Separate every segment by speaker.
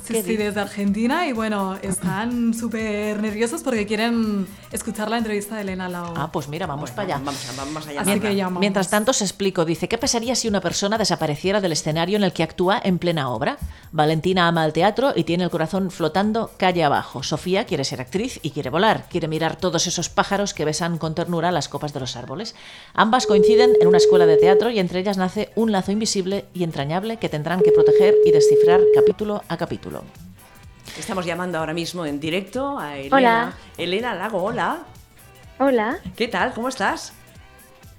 Speaker 1: Sí,
Speaker 2: ¿Qué
Speaker 1: sí,
Speaker 2: dices?
Speaker 1: desde Argentina y bueno, están súper nerviosos porque quieren escuchar la entrevista de Elena Lao.
Speaker 2: Ah, pues mira, vamos
Speaker 3: Bueno,
Speaker 2: para allá.
Speaker 3: Vamos, vamos allá.
Speaker 1: Así
Speaker 3: Mierda.
Speaker 1: que llamamos.
Speaker 2: Mientras tanto os explico, dice, ¿qué pasaría si una persona desapareciera del escenario en el que actúa en plena obra? Valentina ama el teatro y tiene el corazón flotando calle abajo. Sofía quiere ser actriz y quiere volar, quiere mirar todos esos pájaros que besan con ternura las copas de los árboles. Ambas coinciden en una escuela de teatro y entre ellas nace un lazo invisible y entrañable que tendrán que proteger y descifrar capítulo a capítulo.
Speaker 3: Estamos llamando ahora mismo en directo a Elena.
Speaker 4: Hola.
Speaker 3: Elena Lago, hola.
Speaker 4: Hola,
Speaker 3: ¿Qué tal? ¿Cómo estás?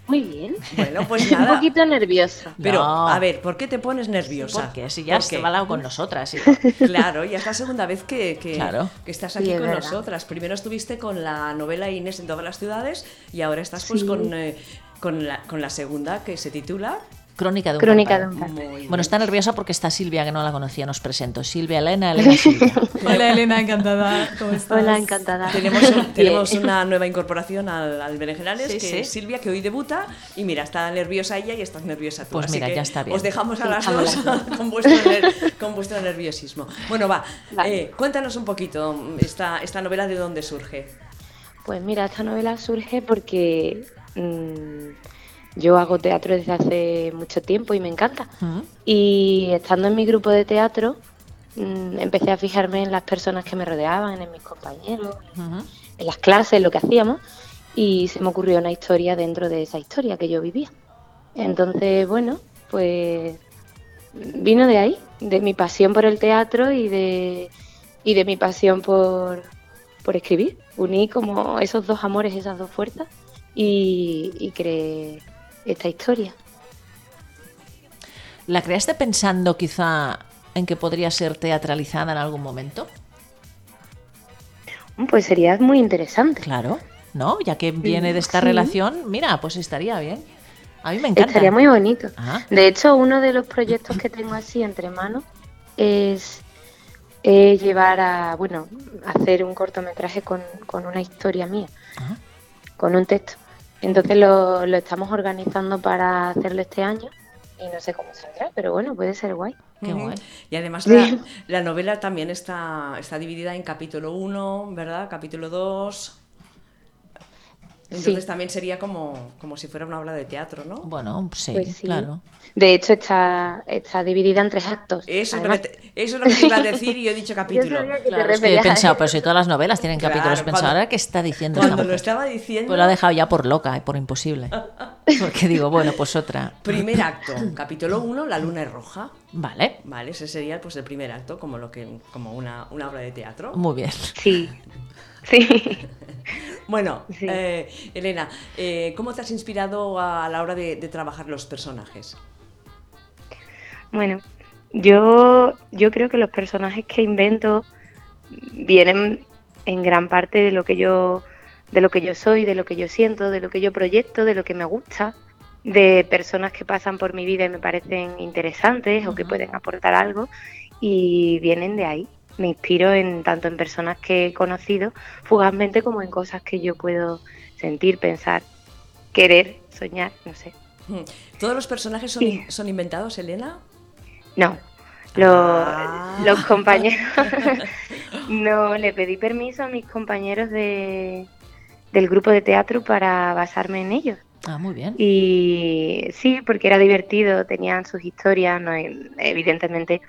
Speaker 4: muy bien.
Speaker 3: Bueno, pues
Speaker 4: Un
Speaker 3: nada.
Speaker 4: poquito nerviosa.
Speaker 3: Pero,
Speaker 2: No.
Speaker 3: a ver, ¿por qué te pones nerviosa?
Speaker 2: Porque si ya
Speaker 3: ¿Por
Speaker 2: se
Speaker 3: qué?
Speaker 2: va al lado con nosotras. y-
Speaker 3: Claro, ya es la segunda vez que, que-
Speaker 2: Claro.
Speaker 3: que estás aquí
Speaker 4: Sí, es
Speaker 3: con
Speaker 4: verdad.
Speaker 3: nosotras. Primero estuviste con la novela Inés en todas las ciudades y ahora estás pues con, eh, con, la, con la segunda que se titula
Speaker 2: Crónica de un
Speaker 4: Crónica de
Speaker 2: campana.
Speaker 4: un
Speaker 3: Muy
Speaker 4: cáncer.
Speaker 3: bien.
Speaker 2: Bueno, está nerviosa porque está Silvia, que no la conocía, nos presento. Silvia, Elena, Elena, Silvia.
Speaker 1: Hola Elena, encantada. ¿Cómo estás?
Speaker 4: Hola, encantada.
Speaker 3: Tenemos, un- tenemos una nueva incorporación al, al Berenjenales,
Speaker 2: Sí,
Speaker 3: que
Speaker 2: sí.
Speaker 3: es Silvia, que hoy debuta. Y mira, está nerviosa ella y estás nerviosa tú.
Speaker 2: Pues
Speaker 3: Así
Speaker 2: mira,
Speaker 3: que
Speaker 2: ya está bien.
Speaker 3: Os dejamos a
Speaker 4: Sí,
Speaker 3: las
Speaker 4: a
Speaker 3: dos con vuestro, ner- con vuestro nerviosismo. Bueno, va.
Speaker 4: Vale.
Speaker 3: eh, cuéntanos un poquito mm, esta, esta novela de dónde surge.
Speaker 4: Pues mira, esta novela surge porque mm, yo hago teatro desde hace mucho tiempo y me encanta.
Speaker 2: Mm.
Speaker 4: Y estando en mi grupo de teatro, mm, empecé a fijarme en las personas que me rodeaban, en mis compañeros,
Speaker 2: Ujú.
Speaker 4: en las clases, lo que hacíamos, y se me ocurrió una historia dentro de esa historia que yo vivía. Entonces, bueno, pues vino de ahí, de mi pasión por el teatro y de, y de mi pasión por, por escribir. Uní como esos dos amores, esas dos fuerzas, y, y creé esta historia.
Speaker 2: ¿La creaste pensando quizá en que podría ser teatralizada en algún momento?
Speaker 4: Pues sería muy interesante.
Speaker 2: Claro, ¿no? Ya que viene de esta
Speaker 4: sí.
Speaker 2: relación, mira, pues estaría bien. A mí me encanta. Ah,
Speaker 4: Estaría muy bonito.
Speaker 2: Ajá.
Speaker 4: De hecho, uno de los proyectos que tengo así entre manos es eh, llevar a, bueno, hacer un cortometraje con, con una historia mía,
Speaker 2: Ajá.
Speaker 4: con un texto. Entonces lo, lo estamos organizando para hacerlo este año y no sé cómo saldrá, pero bueno, puede ser guay.
Speaker 2: Qué
Speaker 3: Ujú.
Speaker 2: guay.
Speaker 3: Y además
Speaker 4: Sí.
Speaker 3: la, la novela también está, está dividida en capítulo 1, ¿verdad? Capítulo 2. Entonces
Speaker 4: Sí.
Speaker 3: también sería como, como si fuera una obra de teatro, ¿no?
Speaker 2: Bueno, sí,
Speaker 4: Pues sí.
Speaker 2: claro.
Speaker 4: De hecho, está, está dividida en tres actos.
Speaker 3: Eso, es lo que
Speaker 4: además.
Speaker 3: te, eso es lo que te iba a decir y yo he dicho capítulo.
Speaker 4: Yo sabía que
Speaker 2: Claro,
Speaker 4: te
Speaker 2: es que he
Speaker 4: referías a
Speaker 2: pensado,
Speaker 4: eso.
Speaker 2: pero si todas las novelas tienen
Speaker 3: Claro,
Speaker 2: capítulos, he pensado,
Speaker 3: cuando-
Speaker 2: ¿ahora qué está diciendo esta
Speaker 3: Cuando lo
Speaker 2: mujer?
Speaker 3: estaba diciendo,
Speaker 2: Pues la he dejado ya por loca y por imposible. Porque digo, bueno, pues otra.
Speaker 3: primer acto, capítulo 1, la luna es roja.
Speaker 2: Vale,
Speaker 3: Vale, ese sería pues el primer acto, como lo que como una, una obra de teatro.
Speaker 2: muy bien.
Speaker 4: Sí, sí.
Speaker 3: Bueno,
Speaker 4: Sí.
Speaker 3: eh, Elena, eh, ¿cómo te has inspirado a, la hora de, de trabajar los personajes?
Speaker 4: Bueno, yo, yo creo que los personajes que invento vienen en gran parte de lo que yo de lo que yo soy, de lo que yo siento, de lo que yo proyecto, de lo que me gusta, de personas que pasan por mi vida y me parecen interesantes o que
Speaker 2: Ujú.
Speaker 4: pueden aportar algo y vienen de ahí. Me inspiro en tanto en personas que he conocido fugazmente como en cosas que yo puedo sentir, pensar, querer, soñar, no sé.
Speaker 3: ¿Todos los personajes son,
Speaker 4: Sí.
Speaker 3: son inventados, Elena?
Speaker 4: No. Lo-
Speaker 3: Ah.
Speaker 4: Los compañeros. no, le pedí permiso a mis compañeros de, del grupo de teatro para basarme en ellos.
Speaker 2: Ah, muy bien.
Speaker 4: Y sí, porque era divertido, tenían sus historias, no hay- evidentemente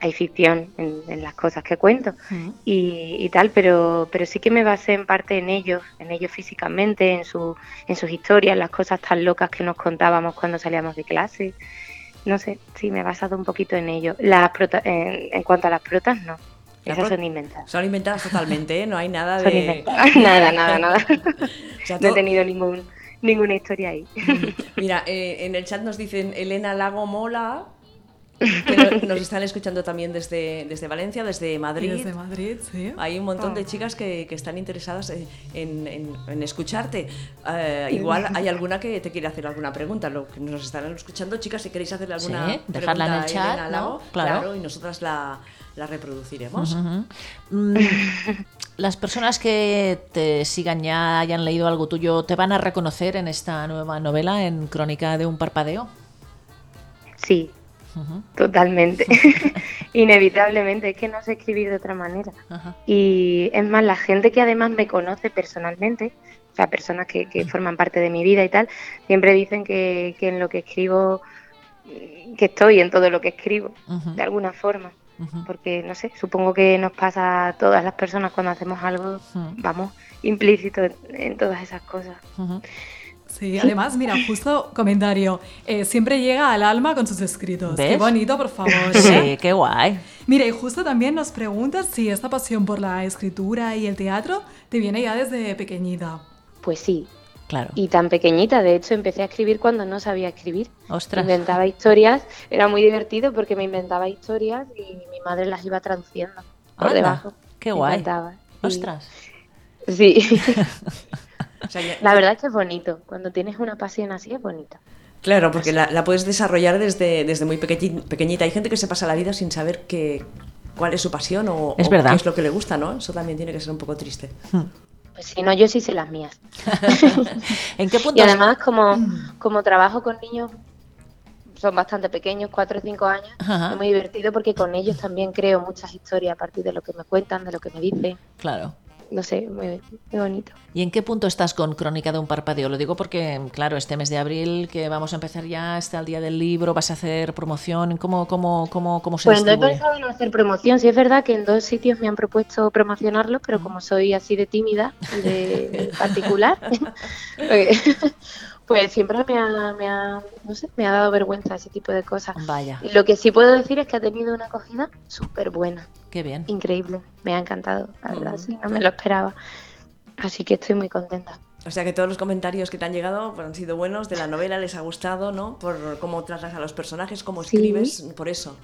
Speaker 4: hay ficción en, en las cosas que cuento
Speaker 2: Mm.
Speaker 4: y, y tal, pero, pero sí que me basé en parte en ellos, en ellos físicamente, en, su, en sus historias, las cosas tan locas que nos contábamos cuando salíamos de clase. No sé, sí, me he basado un poquito en ellos. Las prota- en, en cuanto a las protas, no.
Speaker 3: Las
Speaker 4: Esas
Speaker 3: pro-
Speaker 4: son inventadas.
Speaker 3: Son inventadas totalmente, ¿eh? no hay nada
Speaker 4: Son
Speaker 3: de...
Speaker 4: inventadas. Nada, nada, nada.
Speaker 3: o sea,
Speaker 4: No he
Speaker 3: todo-
Speaker 4: tenido ningún, ninguna historia ahí.
Speaker 3: Mira, eh, en el chat nos dicen Elena Lago Mola, que no- nos están escuchando también desde, desde Valencia, desde
Speaker 1: Y
Speaker 3: Madrid.
Speaker 1: desde Madrid, sí.
Speaker 3: Hay un montón
Speaker 2: Ah.
Speaker 3: de chicas que, que están interesadas en, en- en- en escucharte. Eh, igual hay alguna que te quiere hacer alguna pregunta. Lo que nos están escuchando, chicas, si queréis hacerle alguna
Speaker 2: Sí, dejarla en
Speaker 3: pregunta
Speaker 2: el
Speaker 3: a
Speaker 2: chat,
Speaker 3: Elena
Speaker 2: ¿no?
Speaker 3: Lago,
Speaker 2: Claro.
Speaker 3: claro. y nosotras la, la reproduciremos.
Speaker 2: Ujú. Mm, Las personas que te sigan ya, hayan leído algo tuyo, ¿te van a reconocer en esta nueva novela, en Crónica de un Parpadeo?
Speaker 4: Sí,
Speaker 2: Ujú.
Speaker 4: Totalmente. Inevitablemente, es que no sé escribir de otra manera.
Speaker 2: Ajá.
Speaker 4: Y es más, la gente que además me conoce personalmente, o sea, personas que, que forman parte de mi vida y tal, siempre dicen que, que en lo que escribo, mm, que estoy en todo lo que escribo,
Speaker 2: Ujú.
Speaker 4: de alguna forma.
Speaker 2: Ujú.
Speaker 4: Porque, no sé, supongo que nos pasa a todas las personas cuando hacemos algo,
Speaker 2: Ujú.
Speaker 4: vamos, implícito en- en todas esas cosas.
Speaker 2: Ujú.
Speaker 1: Sí, además, mira, justo comentario. eh, siempre llega al alma con sus escritos. Qué
Speaker 2: ¿Ves?
Speaker 1: bonito, por favor.
Speaker 4: Pues
Speaker 1: ¿eh?
Speaker 2: Sí, qué guay.
Speaker 1: Mira, y justo también nos preguntas si esta pasión por la escritura y el teatro te viene ya desde pequeñita.
Speaker 4: Pues sí,
Speaker 2: Claro.
Speaker 4: y tan pequeñita. De hecho, empecé a escribir cuando no sabía escribir.
Speaker 2: Ostras.
Speaker 4: Inventaba historias, era muy divertido porque me inventaba historias y mi madre las iba traduciendo por
Speaker 2: Anda,
Speaker 4: debajo.
Speaker 2: qué
Speaker 4: Me
Speaker 2: guay.
Speaker 4: encantaba, sí.
Speaker 2: Ostras.
Speaker 4: Sí,
Speaker 3: O sea, ya-
Speaker 4: la verdad es que es bonito. Cuando tienes una pasión así es bonito.
Speaker 3: Claro, porque la, la puedes desarrollar desde, desde muy pequeñi- pequeñita. Hay gente que se pasa la vida sin saber qué- cuál es su pasión o,
Speaker 2: Es
Speaker 3: o
Speaker 2: verdad.
Speaker 3: qué es lo que le gusta, ¿no? Eso también tiene que ser un poco triste.
Speaker 4: Pues si no, yo sí sé las mías.
Speaker 2: ¿En qué
Speaker 4: Y
Speaker 2: punto?
Speaker 4: además, como,
Speaker 2: Mm.
Speaker 4: como trabajo con niños, son bastante pequeños, 4 o 5 años,
Speaker 2: Ajá.
Speaker 4: es muy divertido porque con ellos también creo muchas historias a partir de lo que me cuentan, de lo que me dicen.
Speaker 2: Claro.
Speaker 4: No sé, muy, muy bonito.
Speaker 2: ¿Y en qué punto estás con Crónica de un parpadeo? Lo digo porque, claro, este mes de abril que vamos a empezar ya, está el día del libro, vas a hacer promoción, ¿cómo, cómo, cómo, cómo se
Speaker 4: Pues no he
Speaker 2: distribuye?
Speaker 4: pensado en hacer promoción. Sí es verdad que en dos sitios me han propuesto promocionarlo, pero como soy así de tímida y de particular, pues siempre me ha, me ha- no sé, me ha dado vergüenza ese tipo de cosas.
Speaker 2: Vaya,
Speaker 4: Lo que sí puedo decir es que ha tenido una acogida súper buena,
Speaker 2: qué bien.
Speaker 4: increíble. Me ha encantado, la verdad, sí, no me lo esperaba. Así que estoy muy contenta.
Speaker 3: O sea que todos los comentarios que te han llegado pues, han sido buenos, de la novela les ha gustado, ¿no? Por cómo tratas a los personajes, cómo
Speaker 4: Sí.
Speaker 3: escribes, por eso.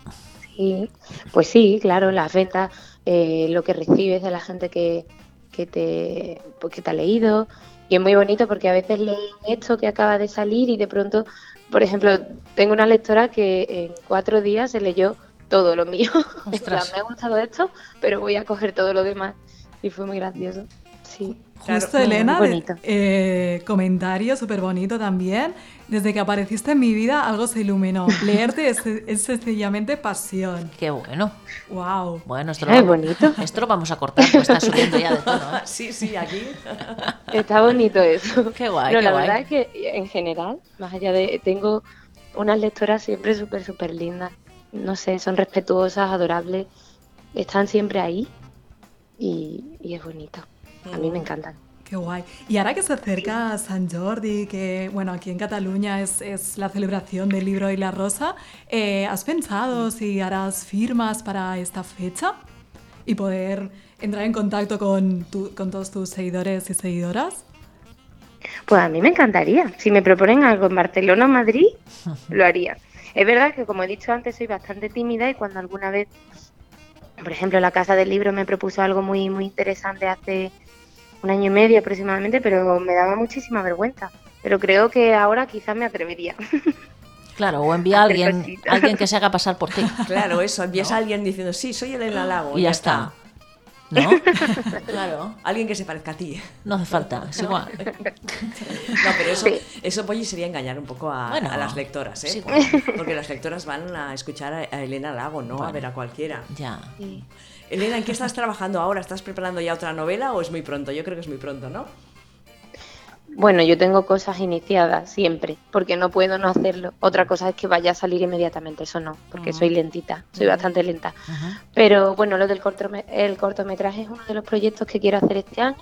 Speaker 4: Sí, pues sí, claro, las ventas, eh, lo que recibes de la gente que, que, te, pues, que te ha leído. Y es muy bonito porque a veces leen esto que acaba de salir y de pronto, por ejemplo, tengo una lectora que en cuatro días se leyó todo lo mío. En plan,
Speaker 2: Ostras.
Speaker 4: me ha gustado esto, pero voy a coger todo lo demás. Y fue muy gracioso. Sí.
Speaker 3: Claro.
Speaker 1: Justo,
Speaker 4: Muy
Speaker 1: Elena, de-
Speaker 4: bonito.
Speaker 1: eh, comentario súper bonito también. Desde que apareciste en mi vida, algo se iluminó. Leerte es, es sencillamente pasión.
Speaker 2: Qué bueno.
Speaker 1: ¡Wow!
Speaker 2: Bueno, esto
Speaker 4: Ay,
Speaker 2: lo,
Speaker 4: bonito.
Speaker 2: esto lo vamos a cortar, pues está subiendo ya de tono. ¿eh?
Speaker 3: Ah, sí, sí, aquí.
Speaker 4: Está bonito eso.
Speaker 2: Qué guay,
Speaker 4: No,
Speaker 2: qué
Speaker 4: la
Speaker 2: guay.
Speaker 4: verdad es que en general, más allá de. Tengo unas lectoras siempre súper, súper lindas. No sé, son respetuosas, adorables. Están siempre ahí y, y es bonito. A mí me
Speaker 2: Mm.
Speaker 4: encantan.
Speaker 1: Qué guay. Y ahora que se acerca San Jordi, que bueno, aquí en Cataluña es, es la celebración del libro y la rosa, eh, ¿has
Speaker 4: Mm.
Speaker 1: pensado si harás firmas para esta fecha y poder entrar en contacto con, tu- con todos tus seguidores y seguidoras?
Speaker 4: Pues a mí me encantaría. Si me proponen algo en Barcelona o Madrid, lo haría. Es verdad que, como he dicho antes, soy bastante tímida y cuando alguna vez, por ejemplo, la Casa del Libro me propuso algo muy, muy interesante hace un año y medio aproximadamente, pero me daba muchísima vergüenza. Pero creo que ahora quizás me atrevería.
Speaker 2: Claro, o envía a
Speaker 4: Hacer
Speaker 2: alguien,
Speaker 4: cositas.
Speaker 2: alguien que se haga pasar por ti.
Speaker 3: Claro, eso. Envías a alguien diciendo, sí, soy Elena Lago.
Speaker 2: Y ya está. ¿No? Claro.
Speaker 3: Alguien que se parezca a ti.
Speaker 2: No hace falta, es igual.
Speaker 3: No, pero eso,
Speaker 4: Sí.
Speaker 3: eso Polly, sería engañar un poco a,
Speaker 2: Bueno.
Speaker 3: a las lectoras, ¿eh?
Speaker 2: Sí.
Speaker 3: Porque, porque las lectoras van a escuchar a, a Elena Lago, no a ver a cualquiera.
Speaker 2: Ya.
Speaker 3: Elena, ¿en qué estás trabajando ahora? ¿Estás preparando ya otra novela o es muy pronto? Yo creo que es muy pronto, ¿no?
Speaker 4: Bueno, yo tengo cosas iniciadas siempre, porque no puedo no hacerlo. Otra cosa es que vaya a salir inmediatamente, eso no, porque soy lentita, soy bastante lenta. Pero bueno, lo del cortome- el cortometraje es uno de los proyectos que quiero hacer este año,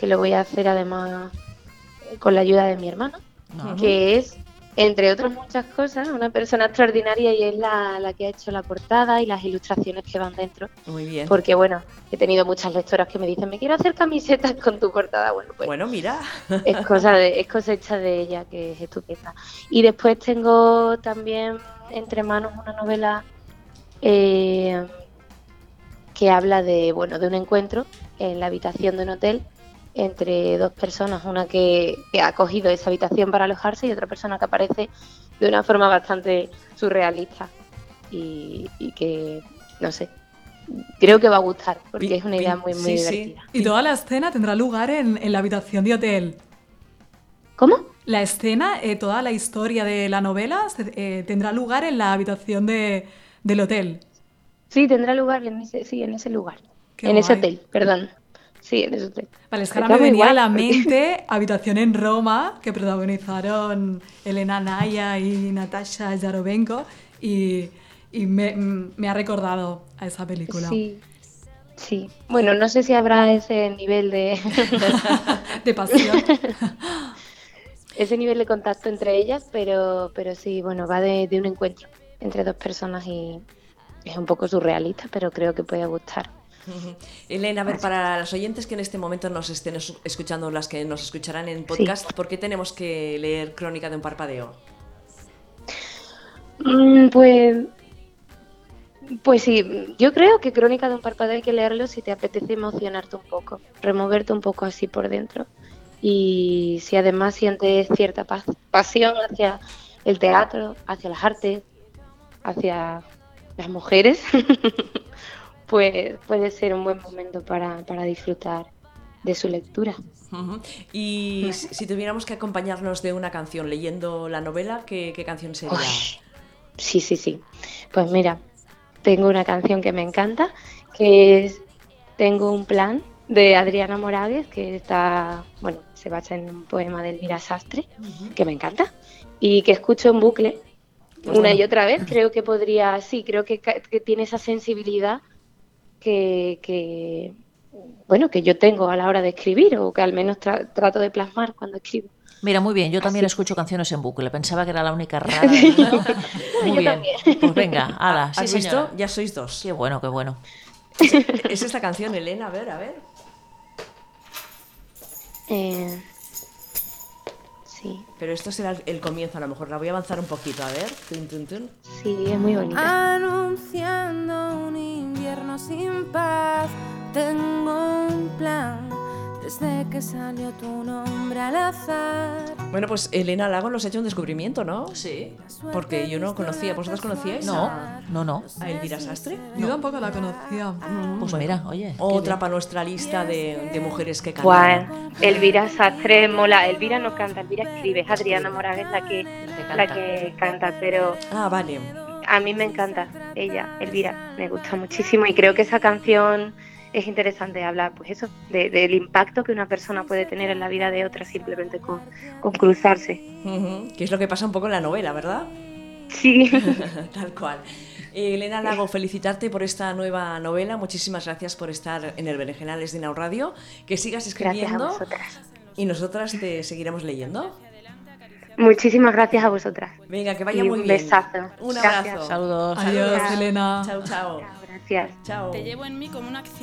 Speaker 4: que lo voy a hacer además eh, con la ayuda de mi hermana,
Speaker 2: No.
Speaker 4: que es, entre otras muchas cosas, una persona extraordinaria y es la, la que ha hecho la portada y las ilustraciones que van dentro.
Speaker 3: Muy bien.
Speaker 4: Porque bueno, he tenido muchas lectoras que me dicen, me quiero hacer camisetas con tu portada. Bueno, pues
Speaker 3: Bueno, mira.
Speaker 4: es cosa de, es cosecha de ella que es estupenda. Y después tengo también entre manos una novela eh, que habla de bueno de un encuentro en la habitación de un hotel entre dos personas, una que, que ha cogido esa habitación para alojarse y otra persona que aparece de una forma bastante surrealista y, y que no sé, creo que va a gustar porque
Speaker 3: Pi-
Speaker 4: es una idea
Speaker 3: pi-
Speaker 4: muy muy
Speaker 3: sí, sí.
Speaker 4: divertida.
Speaker 1: Y toda la escena tendrá lugar en, en la habitación de hotel.
Speaker 4: ¿Cómo?
Speaker 1: La escena, eh, toda la historia de la novela se- eh, tendrá lugar en la habitación de- del hotel.
Speaker 4: Sí, tendrá lugar en ese, sí, en ese lugar.
Speaker 1: Qué
Speaker 4: en ese
Speaker 1: guay.
Speaker 4: hotel, perdón. Sí, en ese hotel.
Speaker 1: Vale, es que ahora
Speaker 4: Está
Speaker 1: me
Speaker 4: muy
Speaker 1: venía a
Speaker 4: guay,
Speaker 1: la
Speaker 4: porque-
Speaker 1: mente Habitación en Roma, que protagonizaron Elena Naya y Natasha Yarovenko, y, y me, me ha recordado a esa película.
Speaker 4: Sí, sí. Bueno, no sé si habrá ese nivel de
Speaker 1: De pasión.
Speaker 4: ese nivel de contacto entre ellas, pero, pero sí, bueno, va de, de un encuentro entre dos personas y es un poco surrealista, pero creo que puede gustar.
Speaker 3: Ujú. Elena, a ver, para los oyentes que en este momento nos estén es- escuchando, las que nos escucharán en podcast, ¿por qué tenemos que leer Crónica de un parpadeo?
Speaker 4: Mm, Pues, pues sí, yo creo que Crónica de un parpadeo hay que leerlo si te apetece emocionarte un poco, removerte un poco así por dentro y si además sientes cierta pas- pasión hacia el teatro, hacia las artes, hacia las mujeres, pues puede ser un buen momento para, para disfrutar de su lectura.
Speaker 3: Ujú. Y si si tuviéramos que acompañarnos de una canción leyendo la novela, ¿qué, qué canción sería?
Speaker 4: Uy, sí, sí, sí. Pues mira, tengo una canción que me encanta, que es Tengo un plan de Adriana Moragues, que está, bueno, se basa en un poema de Elvira Sastre, que me encanta, y que escucho en bucle una y otra vez. Creo que podría, sí, creo que, ca- que tiene esa sensibilidad que, que, bueno, que yo tengo a la hora de escribir, o que al menos tra- trato de plasmar cuando escribo.
Speaker 2: Mira, muy bien, yo también
Speaker 4: Así.
Speaker 2: escucho canciones en bucle. Pensaba que era la única rara. del mundo. muy
Speaker 4: yo
Speaker 2: bien. Pues venga, ala, sí,
Speaker 3: ¿Has visto?
Speaker 2: señora.
Speaker 3: Ya sois dos.
Speaker 2: Qué bueno, qué bueno.
Speaker 3: ¿Es esta canción, Elena? A ver, a ver.
Speaker 4: Eh, sí.
Speaker 3: Pero esto será el- el comienzo, a lo mejor. La voy a avanzar un poquito, a ver. Tun, tun, tun.
Speaker 4: Sí, es muy
Speaker 5: Ah.
Speaker 4: bonita.
Speaker 5: Anunciando un invierno sin paz, tengo un plan desde que salió tu nombre al azar.
Speaker 3: Bueno, pues Elena Lago nos ha hecho un descubrimiento, ¿no?
Speaker 2: Sí.
Speaker 3: Porque yo no conocía. ¿Vosotras conocíais?
Speaker 2: No,
Speaker 3: A
Speaker 2: no, no.
Speaker 3: a Elvira Sastre.
Speaker 1: Yo tampoco la conocía.
Speaker 2: Pues mira, oye.
Speaker 4: Oh.
Speaker 2: qué
Speaker 3: Otra
Speaker 2: bien.
Speaker 3: para nuestra lista de, de mujeres que
Speaker 4: Guau,
Speaker 3: cantan.
Speaker 4: Elvira Sastre mola. Elvira no canta, Elvira escribe. Es Adriana Morales la que,
Speaker 2: canta.
Speaker 4: la que canta, pero
Speaker 3: Ah, vale.
Speaker 4: a mí me encanta ella, Elvira. Me gusta muchísimo y creo que esa canción es interesante hablar, pues eso, de- del impacto que una persona puede tener en la vida de otra simplemente con, con cruzarse.
Speaker 3: Ujú, Que es lo que pasa un poco en la novela, ¿verdad?
Speaker 4: Sí,
Speaker 3: Tal cual. Eh, Elena Lago, felicitarte por esta nueva novela. Muchísimas gracias por estar en el Berenjenales de Nau Radio. Que sigas
Speaker 4: gracias a
Speaker 3: escribiendo
Speaker 4: vosotras.
Speaker 3: y nosotras te seguiremos leyendo.
Speaker 4: Muchísimas gracias a vosotras.
Speaker 3: Venga, que vaya
Speaker 4: Y
Speaker 3: muy
Speaker 4: un
Speaker 3: bien.
Speaker 4: besazo.
Speaker 3: Un
Speaker 4: Gracias.
Speaker 3: abrazo.
Speaker 2: Saludos.
Speaker 1: Adiós, Elena.
Speaker 3: Chao, chao.
Speaker 4: Gracias.
Speaker 3: Chao.
Speaker 6: Te llevo en mí como una acción.